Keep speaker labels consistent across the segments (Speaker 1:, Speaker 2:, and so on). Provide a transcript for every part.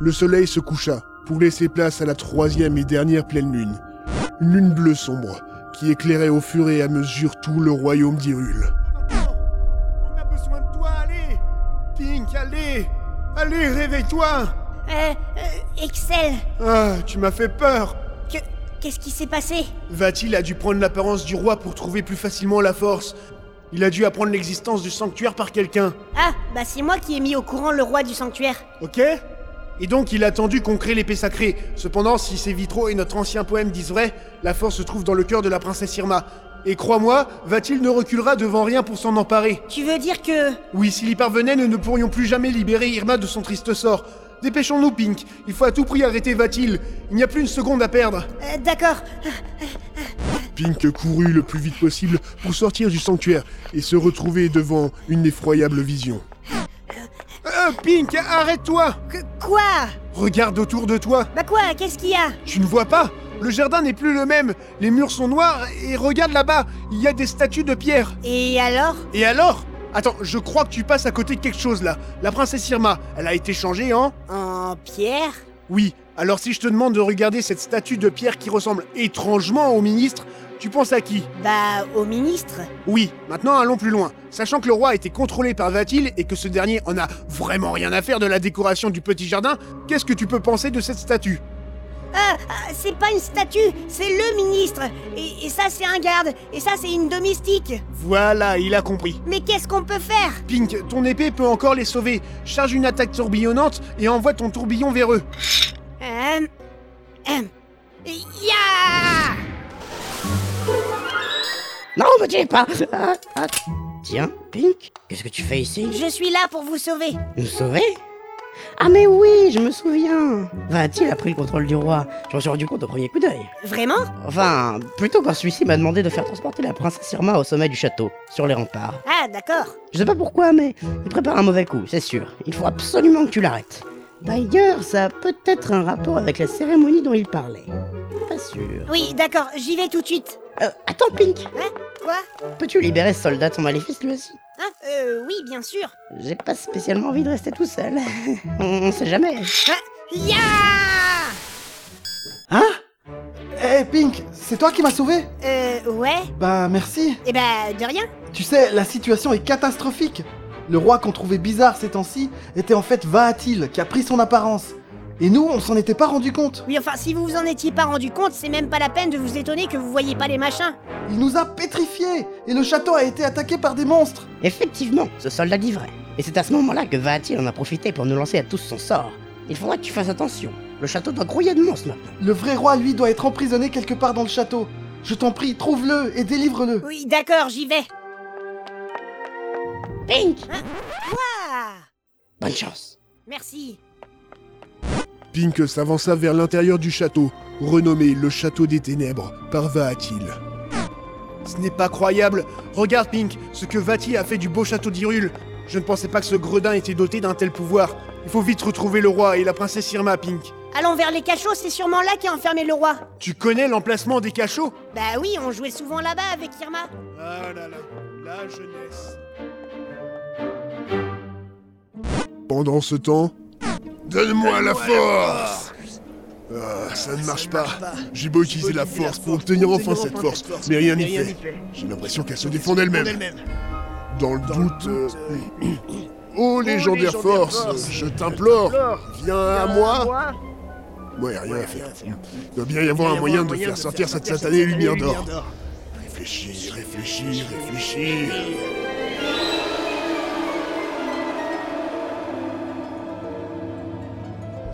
Speaker 1: Le soleil se coucha pour laisser place à la troisième et dernière pleine lune. Une lune bleue sombre qui éclairait au fur et à mesure tout le royaume d'Irule.
Speaker 2: On a besoin de toi, allez Pink, allez Allez, réveille-toi
Speaker 3: Euh, euh, Excel,
Speaker 2: Ah, tu m'as fait peur
Speaker 3: que, qu'est-ce qui s'est passé
Speaker 2: Vatil a dû prendre l'apparence du roi pour trouver plus facilement la force. Il a dû apprendre l'existence du sanctuaire par quelqu'un,
Speaker 3: Ah, bah c'est moi qui ai mis au courant le roi du sanctuaire.
Speaker 2: ok Et donc il a attendu qu'on crée l'épée sacrée. Cependant, si ces vitraux et notre ancien poème disent vrai, la force se trouve dans le cœur de la princesse Irma. Et crois-moi, Vatil ne reculera devant rien pour s'en emparer.
Speaker 3: Tu veux dire que...
Speaker 2: Oui, s'il y parvenait, nous ne pourrions plus jamais libérer Irma de son triste sort. Dépêchons-nous, Pink. Il faut à tout prix arrêter Vatil. Il n'y a plus une seconde à perdre.
Speaker 3: Euh, D'accord,
Speaker 1: Pink courut le plus vite possible pour sortir du sanctuaire et se retrouver devant une effroyable vision.
Speaker 2: Euh, Pink, arrête-toi
Speaker 3: que, quoi
Speaker 2: Regarde autour de toi.
Speaker 3: Bah quoi, qu'est-ce qu'il y a
Speaker 2: Tu ne vois pas Le jardin n'est plus le même. Les murs sont noirs et regarde là-bas, il y a des statues de pierre.
Speaker 3: Et alors
Speaker 2: Et alors Attends, je crois que tu passes à côté de quelque chose là. La princesse Irma, elle a été changée en
Speaker 3: En pierre
Speaker 2: Oui. Alors si je te demande de regarder cette statue de pierre qui ressemble étrangement au ministre, tu penses à qui
Speaker 3: Bah au ministre
Speaker 2: Oui, maintenant allons plus loin. Sachant que le roi a été contrôlé par Vatil et que ce dernier en a vraiment rien à faire de la décoration du petit jardin, qu'est-ce que tu peux penser de cette statue
Speaker 3: Ah, ah, c'est pas une statue, c'est le ministre Et, et ça c'est un garde, et ça c'est une domestique
Speaker 2: Voilà, il a compris.
Speaker 3: Mais qu'est-ce qu'on peut faire
Speaker 2: Pink, ton épée peut encore les sauver. Charge une attaque tourbillonnante et envoie ton tourbillon vers eux.
Speaker 3: Euh... euh, ya
Speaker 4: Non, me dis pas Ah, ah. Tiens, Pink, qu'est-ce que tu fais ici
Speaker 3: Je suis là pour vous sauver
Speaker 4: Nous sauver Ah mais oui, je me souviens Va-t-il a pris le contrôle du roi Je me suis rendu compte au premier coup d'œil.
Speaker 3: Vraiment
Speaker 4: Enfin, plutôt quand celui-ci m'a demandé de faire transporter la princesse Irma au sommet du château, sur les remparts.
Speaker 3: Ah d'accord
Speaker 4: Je sais pas pourquoi, mais il prépare un mauvais coup, c'est sûr. Il faut absolument que tu l'arrêtes. D'ailleurs, ça a peut-être un rapport avec la cérémonie dont il parlait. Pas sûr.
Speaker 3: Oui d'accord, j'y vais tout de suite
Speaker 4: Euh, attends, Pink,
Speaker 3: Hein Quoi
Speaker 4: peux-tu libérer ce soldat de son maléfice lui aussi
Speaker 3: Hein Euh oui bien sûr
Speaker 4: J'ai pas spécialement envie de rester tout seul. on, on sait jamais.
Speaker 3: Ah, ya
Speaker 5: Hein Eh Pink, c'est toi qui m'as sauvé
Speaker 3: Euh ouais
Speaker 5: Bah merci.
Speaker 3: Eh bah de rien
Speaker 5: Tu sais, la situation est catastrophique. Le roi qu'on trouvait bizarre ces temps-ci était en fait Vaatil qui a pris son apparence. Et nous, on s'en était pas rendu compte.
Speaker 3: Oui, enfin, si vous vous en étiez pas rendu compte, c'est même pas la peine de vous étonner que vous voyez pas les machins.
Speaker 5: Il nous a pétrifiés et le château a été attaqué par des monstres.
Speaker 4: Effectivement, ce soldat dit vrai. Et c'est à ce moment-là que Vaatil en a profité pour nous lancer à tous son sort. Il faudra que tu fasses attention. Le château doit grouiller de monstres maintenant.
Speaker 5: Le vrai roi, lui, doit être emprisonné quelque part dans le château. Je t'en prie, trouve-le et délivre-le.
Speaker 3: Oui, d'accord, j'y vais.
Speaker 4: Pink
Speaker 3: Ah,
Speaker 4: Bonne chance.
Speaker 3: merci.
Speaker 1: Pink s'avança vers l'intérieur du château, renommé le Château des Ténèbres par Vaatil.
Speaker 2: Ce n'est pas croyable. Regarde, Pink, ce que Vati a fait du beau château d'Irule. Je ne pensais pas que ce gredin était doté d'un tel pouvoir. Il faut vite retrouver le roi et la princesse Irma, Pink.
Speaker 3: Allons vers les cachots, c'est sûrement là qu'est enfermé le roi.
Speaker 2: Tu connais l'emplacement des cachots
Speaker 3: Bah oui, on jouait souvent là-bas avec Irma.
Speaker 2: Ah là là, la jeunesse.
Speaker 1: Pendant ce temps, Donne-moi la force Ah, ça ne marche pas. J'ai beau utiliser la force pour obtenir enfin cette force, mais rien n'y fait. J'ai l'impression qu'elle se défend d'elle-même. Dans le doute. euh, Oh légendaire force, je t'implore, viens à moi Ouais, rien à faire. Il doit bien y avoir un moyen de faire sortir cette satanée lumière d'or. Réfléchis, réfléchis, réfléchis.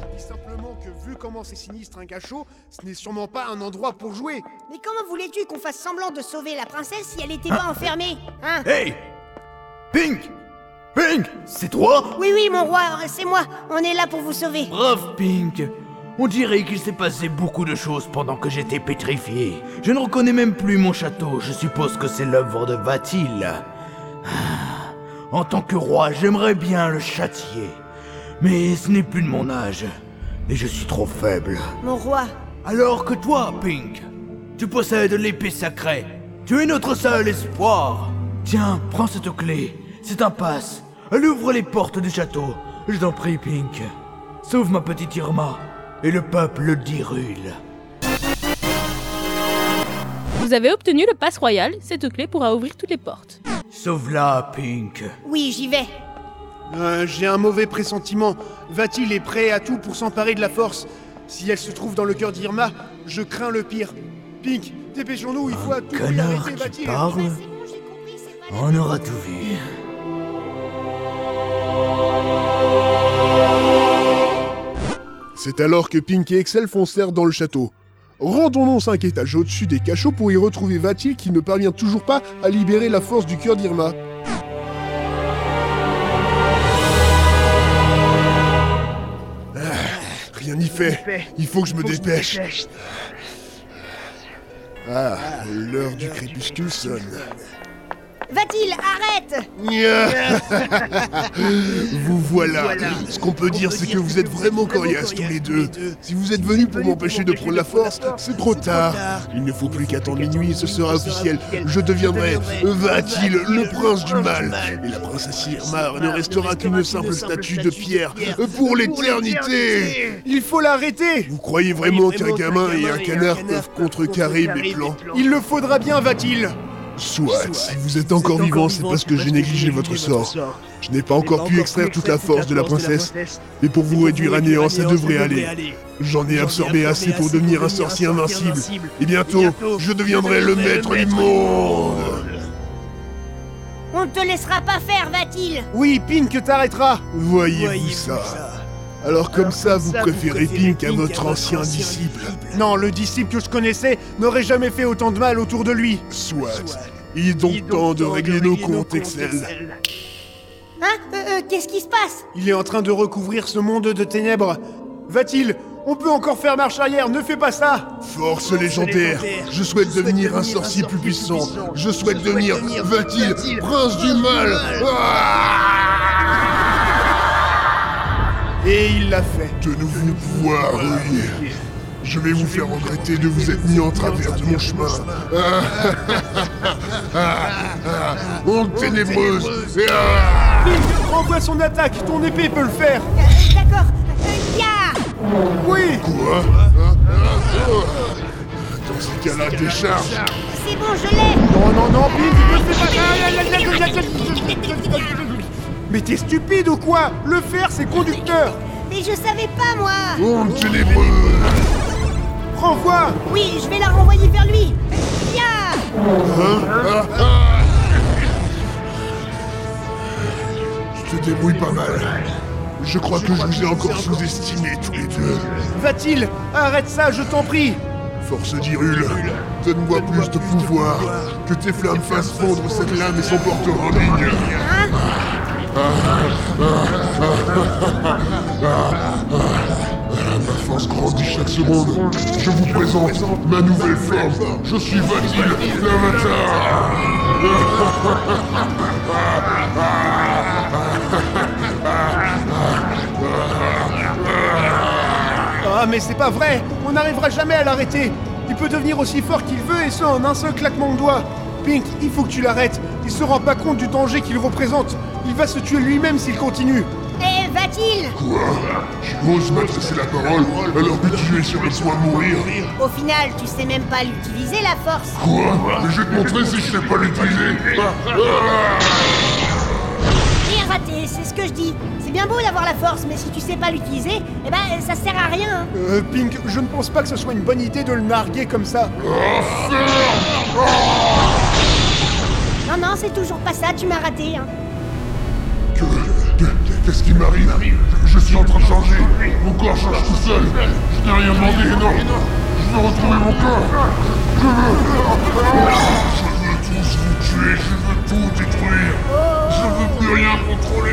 Speaker 2: Je dis simplement que vu comment c'est sinistre un cachot, ce n'est sûrement pas un endroit pour jouer.
Speaker 3: Mais comment voulais-tu qu'on fasse semblant de sauver la princesse si elle était pas enfermée Hein
Speaker 6: Hey Pink Pink C'est toi
Speaker 3: Oui, oui, mon roi, c'est moi. On est là pour vous sauver.
Speaker 6: Brave Pink On dirait qu'il s'est passé beaucoup de choses pendant que j'étais pétrifié. Je ne reconnais même plus mon château, je suppose que c'est l'œuvre de Vatil. Ah, En tant que roi, j'aimerais bien le châtier. Mais ce n'est plus de mon âge. Et je suis trop faible.
Speaker 3: Mon roi.
Speaker 6: Alors que toi, Pink, tu possèdes l'épée sacrée. Tu es notre seul espoir. Tiens, prends cette clé. C'est un passe. Elle ouvre les portes du château. Je t'en prie, Pink. Sauve ma petite Irma et le peuple d'Irule.
Speaker 7: Vous avez obtenu le pass royal, cette clé pourra ouvrir toutes les portes.
Speaker 6: Sauve-la, Pink.
Speaker 3: Oui, j'y vais.
Speaker 2: Euh, J'ai un mauvais pressentiment. Vatil est prêt à tout pour s'emparer de la force. Si elle se trouve dans le cœur d'Irma, je crains le pire. Pink, dépêchons-nous, il faut à tout prix
Speaker 6: Connard
Speaker 2: arrêter
Speaker 6: qui
Speaker 2: Vatil.
Speaker 6: parle.
Speaker 3: Bah, c'est bon, j'ai compris, c'est pas la
Speaker 6: On aura tout vu.
Speaker 1: C'est alors que Pink et Excel foncèrent dans le château. Rendons-nous cinq étages au-dessus des cachots pour y retrouver Vatil qui ne parvient toujours pas à libérer la force du cœur d'Irma. Ah, Rien n'y fait. Il faut que je me dépêche. Ah, l'heure du crépuscule sonne.
Speaker 3: Va-t-il, arrête
Speaker 1: Nya. vous voilà. Ce qu'on peut dire, c'est que vous êtes vraiment coriaces tous les deux. Si vous êtes venus pour m'empêcher de prendre la force, c'est trop tard. Il ne faut plus qu'attendre minuit, ce sera officiel. Je deviendrai Va-t-il le prince du mal Et la princesse Irma ne restera qu'une simple statue de pierre Euh, pour l'éternité.
Speaker 2: Il faut l'arrêter
Speaker 1: Vous croyez vraiment qu'un gamin et un canard peuvent contrecarrer mes plans
Speaker 2: Il le faudra bien, Vatil
Speaker 1: Soit, si vous êtes encore vivant, c'est parce que j'ai négligé votre sort. Je n'ai pas encore pu extraire toute la force de la princesse, mais pour vous réduire à néant, ça devrait aller. J'en ai absorbé assez pour devenir un sorcier invincible. Et bientôt, je deviendrai le maître du monde.
Speaker 3: On ne te laissera pas faire, va-t-il
Speaker 2: Oui, Pink t'arrêtera
Speaker 1: Voyez-vous ça Alors comme ça, vous préférez Pink à votre ancien disciple.
Speaker 2: Non, le disciple que je connaissais n'aurait jamais fait autant de mal autour de lui.
Speaker 1: Soit, il est donc temps de régler nos comptes, Excel.
Speaker 3: Hein euh, euh, Qu'est-ce qui se passe
Speaker 2: Il est en train de recouvrir ce monde de ténèbres. Va-t-il On peut encore faire marche arrière, ne fais pas ça
Speaker 1: Force légendaire, je souhaite devenir un sorcier plus puissant. Je souhaite devenir, va-t-il, prince du mal. Ah
Speaker 2: Et il l'a fait.
Speaker 1: de nouveaux pouvoirs, Ah, oui. Je vais vous faire regretter de vous être mis en travers de mon chemin. Ah, ah, ah, ah, Honte ténébreuse. Ah
Speaker 2: Pink, renvoie son attaque, ton épée peut le faire
Speaker 3: Euh, D'accord. Euh, ya
Speaker 2: Oui
Speaker 1: Quoi Ah, ah, ah. Dans ce cas-là, décharge.
Speaker 3: C'est bon, je l'ai
Speaker 2: Non, Oh non, non, Pink, ne fais pas ça Mais t'es stupide ou quoi Le fer, c'est conducteur
Speaker 3: Mais je savais pas, moi
Speaker 1: Honte ténébreuse.
Speaker 2: Renvoie
Speaker 3: Oui, je vais la renvoyer vers lui Euh, Ya
Speaker 1: Hein Ah, ah. Je te débrouille pas mal. Je crois que je vous ai encore sous-estimé tous les deux.
Speaker 2: Va-t-il Arrête ça, je t'en prie
Speaker 1: Force d'Irule, donne-moi plus de pouvoir, que tes flammes fassent fondre cette lame et son porteur en ligne. Hein Ah, Ma force grandit chaque seconde. Je vous présente ma nouvelle forme. Je suis Vatil, l'avatar.
Speaker 2: Ah, mais c'est pas vrai On n'arrivera jamais à l'arrêter Il peut devenir aussi fort qu'il veut et ça en un seul claquement de doigts Pink, il faut que tu l'arrêtes Il se rend pas compte du danger qu'il représente Il va se tuer lui-même s'il continue
Speaker 3: Eh, va-t-il
Speaker 1: Quoi Tu oses m'adresser la parole alors que tu es sur le point de mourir
Speaker 3: Au final, tu sais même pas l'utiliser, la force
Speaker 1: Quoi Mais je vais te montrer si je sais pas l'utiliser. Ah, ah.
Speaker 3: Rien raté, c'est ce que je dis C'est bien beau d'avoir la force, mais si tu sais pas l'utiliser, eh ben, ça sert à rien hein.
Speaker 2: Euh, Pink, je ne pense pas que ce soit une bonne idée de le narguer comme ça
Speaker 3: Non, non, c'est toujours pas ça, tu m'as raté, hein
Speaker 1: Que- que- Qu'est-ce qui m'arrive Je suis en train de changer. Mon corps change tout seul. Je n'ai rien demandé, non. Je veux retrouver mon corps. Je veux. Je veux tous vous tuer. Je veux tout détruire. Je veux plus rien contrôler.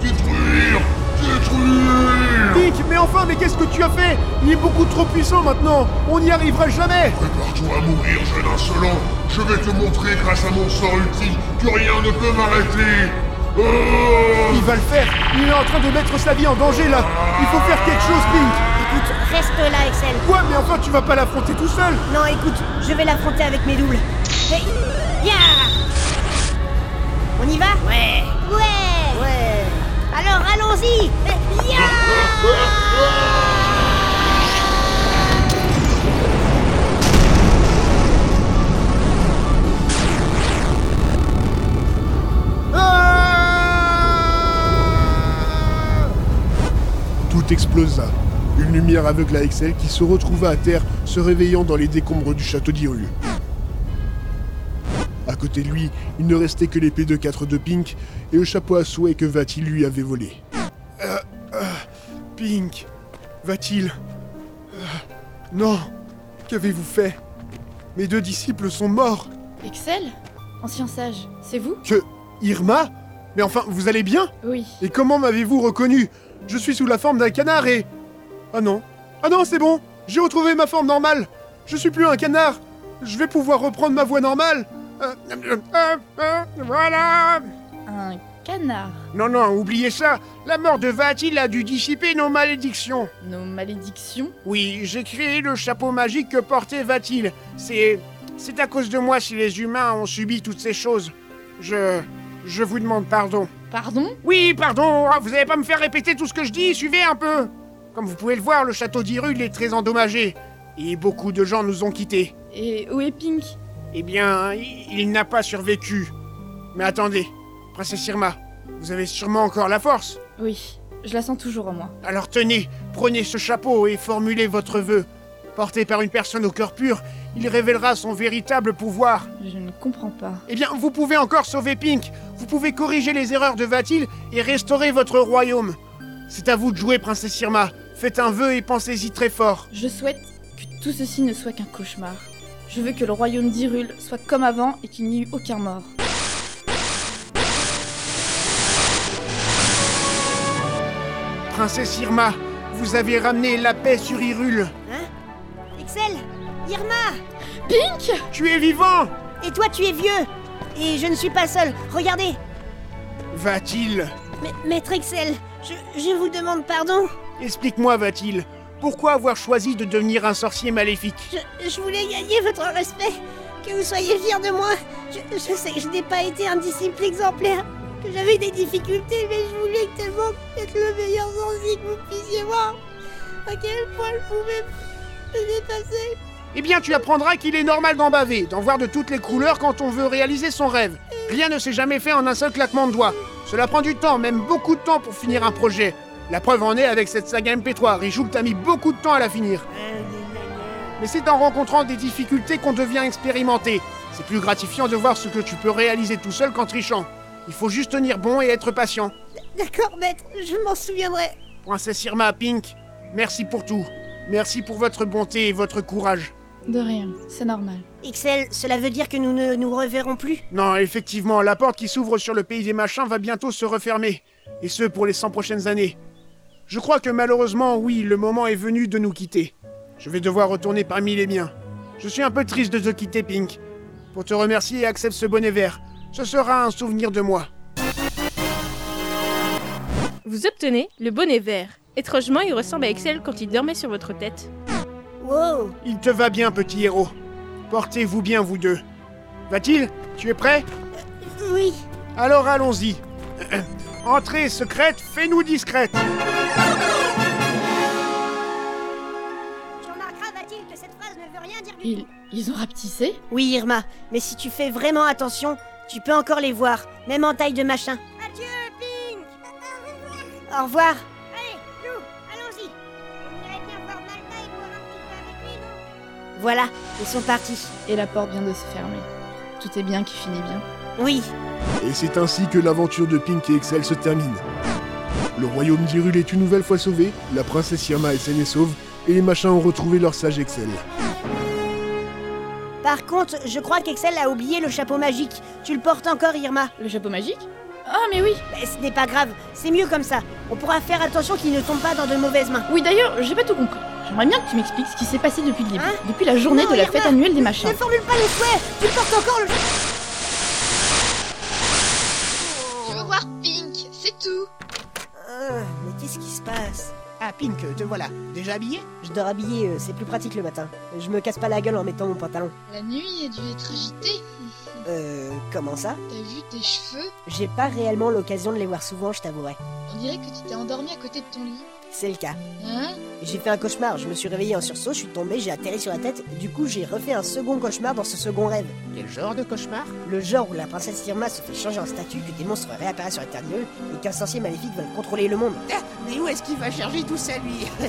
Speaker 1: Détruire. Détruire.
Speaker 2: Pink, mais enfin, mais qu'est-ce que tu as fait Il est beaucoup trop puissant maintenant On n'y arrivera jamais
Speaker 1: Prépare-toi à mourir, jeune insolent. Je vais te montrer, grâce à mon sort ultime, que rien ne peut m'arrêter. Oh
Speaker 2: Il va le faire Il est en train de mettre sa vie en danger là Il faut faire quelque chose, Pink
Speaker 3: Écoute, reste là, Excel
Speaker 2: Quoi Mais enfin, tu vas pas l'affronter tout seul
Speaker 3: Non, écoute, je vais l'affronter avec mes doubles Eh, Ya On y va Ouais Ouais Ouais Alors allons-y Eh, ya
Speaker 1: Tout explosa. Une lumière aveugla Excel qui se retrouva à terre, se réveillant dans les décombres du château d'Iolu. À côté de lui, il ne restait que l'épée de 4 de Pink et le chapeau à souhait que Vatil lui avait volé. Euh,
Speaker 2: Pink, va-t-il Euh, Non Qu'avez-vous fait Mes deux disciples sont morts
Speaker 8: Excel Ancien sage, c'est vous
Speaker 2: Que. Irma Mais enfin, vous allez bien
Speaker 8: Oui.
Speaker 2: Et comment m'avez-vous reconnu Je suis sous la forme d'un canard et. Ah non Ah non, c'est bon J'ai retrouvé ma forme normale Je suis plus un canard Je vais pouvoir reprendre ma voix normale Euh, euh, euh, euh, Voilà
Speaker 8: Un canard.
Speaker 2: Non, non, oubliez ça La mort de Vatil a dû dissiper nos malédictions
Speaker 8: Nos malédictions
Speaker 2: Oui, j'ai créé le chapeau magique que portait Vatil. C'est. C'est à cause de moi si les humains ont subi toutes ces choses. Je. Je vous demande pardon.
Speaker 8: Pardon
Speaker 2: Oui, pardon, ah, vous allez pas me faire répéter tout ce que je dis, suivez un peu Comme vous pouvez le voir, le château d'Irul est très endommagé. Et beaucoup de gens nous ont quittés.
Speaker 8: Et où est Pink
Speaker 2: Eh bien, i- il n'a pas survécu. Mais attendez, princesse Irma, vous avez sûrement encore la force.
Speaker 8: Oui, je la sens toujours en moi.
Speaker 2: Alors tenez, prenez ce chapeau et formulez votre vœu. Porté par une personne au cœur pur, il révélera son véritable pouvoir.
Speaker 8: Je ne comprends pas.
Speaker 2: Eh bien, vous pouvez encore sauver Pink. Vous pouvez corriger les erreurs de Vatil et restaurer votre royaume. C'est à vous de jouer, princesse Irma. Faites un vœu et pensez-y très fort.
Speaker 8: Je souhaite que tout ceci ne soit qu'un cauchemar. Je veux que le royaume d'Irul soit comme avant et qu'il n'y ait eu aucun mort.
Speaker 2: Princesse Irma, vous avez ramené la paix sur Hyrule.
Speaker 3: Excel Irma
Speaker 8: Pink
Speaker 2: Tu es vivant
Speaker 3: Et toi, tu es vieux Et je ne suis pas seul, regardez
Speaker 2: Vatil
Speaker 3: Ma- Maître Excel, je, je vous demande pardon
Speaker 2: Explique-moi, Vatil. Pourquoi avoir choisi de devenir un sorcier maléfique
Speaker 3: Je, je voulais gagner votre respect, que vous soyez fiers de moi. Je, je sais que je n'ai pas été un disciple exemplaire, que j'avais des difficultés, mais je voulais tellement être le meilleur sorcier que vous puissiez voir. À quel point je pouvais me dépasser.
Speaker 2: Eh bien, tu apprendras qu'il est normal d'en baver, d'en voir de toutes les couleurs quand on veut réaliser son rêve. Rien ne s'est jamais fait en un seul claquement de doigts. Cela prend du temps, même beaucoup de temps pour finir un projet. La preuve en est avec cette saga MP3, Richoult a mis beaucoup de temps à la finir. Mais c'est en rencontrant des difficultés qu'on devient expérimenté. C'est plus gratifiant de voir ce que tu peux réaliser tout seul qu'en trichant. Il faut juste tenir bon et être patient.
Speaker 3: D'accord, maître, je m'en souviendrai.
Speaker 2: Princesse Irma, Pink, merci pour tout. Merci pour votre bonté et votre courage.
Speaker 8: De rien, c'est normal.
Speaker 3: Excel, cela veut dire que nous ne nous reverrons plus
Speaker 2: Non, effectivement, la porte qui s'ouvre sur le pays des machins va bientôt se refermer. Et ce, pour les 100 prochaines années. Je crois que malheureusement, oui, le moment est venu de nous quitter. Je vais devoir retourner parmi les miens. Je suis un peu triste de te quitter, Pink. Pour te remercier, accepte ce bonnet vert. Ce sera un souvenir de moi.
Speaker 7: Vous obtenez le bonnet vert. Étrangement, il ressemble à Excel quand il dormait sur votre tête.
Speaker 3: Wow
Speaker 2: Il te va bien, petit héros. Portez-vous bien, vous deux. Va-t-il Tu es prêt
Speaker 3: Oui
Speaker 2: Alors allons-y. Entrée secrète, fais-nous discrète.
Speaker 3: Tu remarqueras, Mathilde, que cette phrase ne veut rien dire
Speaker 8: Ils, ils ont rapetissé
Speaker 3: Oui, Irma, mais si tu fais vraiment attention, tu peux encore les voir, même en taille de machin. Adieu, Pink Au revoir Allez, nous, allons-y On irait bien voir Malta et boire un petit peu avec lui, non Voilà, ils sont partis.
Speaker 8: Et la porte vient de se fermer. Tout est bien qui finit bien.
Speaker 3: Oui,
Speaker 1: Et c'est ainsi que l'aventure de Pink et Excel se termine. Le royaume d'Irul est une nouvelle fois sauvé, la princesse Irma est saine et sauve, et les machins ont retrouvé leur sage Excel.
Speaker 3: par contre, je crois qu'Excel a oublié le chapeau magique. Tu le portes encore, Irma.
Speaker 8: Le chapeau magique Ah mais oui
Speaker 3: Mais ce n'est pas grave, c'est mieux comme ça. On pourra faire attention qu'il ne tombe pas dans de mauvaises mains.
Speaker 8: Oui d'ailleurs, j'ai pas tout compris. J'aimerais bien que tu m'expliques ce qui s'est passé depuis le début,
Speaker 3: Hein
Speaker 8: depuis la journée
Speaker 3: Non,
Speaker 8: de la
Speaker 3: Irma,
Speaker 8: fête annuelle des machins.
Speaker 3: Ne formule pas les souhaits Tu portes encore le...
Speaker 9: Je veux voir Pink, c'est tout.
Speaker 3: Euh, mais qu'est-ce qui se passe
Speaker 10: Ah, Pink, te voilà. Déjà habillé
Speaker 3: Je dors habillée, euh, c'est plus pratique le matin. Je me casse pas la gueule en mettant mon pantalon.
Speaker 9: La nuit a dû être agitée.
Speaker 3: Euh, comment ça
Speaker 8: T'as vu tes cheveux
Speaker 3: J'ai pas réellement l'occasion de les voir souvent, je t'avouerai.
Speaker 8: On dirait que tu t'es endormi à côté de ton lit.
Speaker 3: C'est le cas.
Speaker 8: Hein
Speaker 3: J'ai fait un cauchemar, je me suis réveillé en sursaut, je suis tombé, j'ai atterri sur la tête, du coup j'ai refait un second cauchemar dans ce second rêve.
Speaker 4: Quel genre de cauchemar
Speaker 3: Le genre où la princesse Irma se fait changer en statue, que des monstres réapparaissent sur la terre Nulle, et qu'un sorcier maléfique veut contrôler le monde.
Speaker 4: Mais où est-ce qu'il va chercher tout ça, lui
Speaker 8: Euh,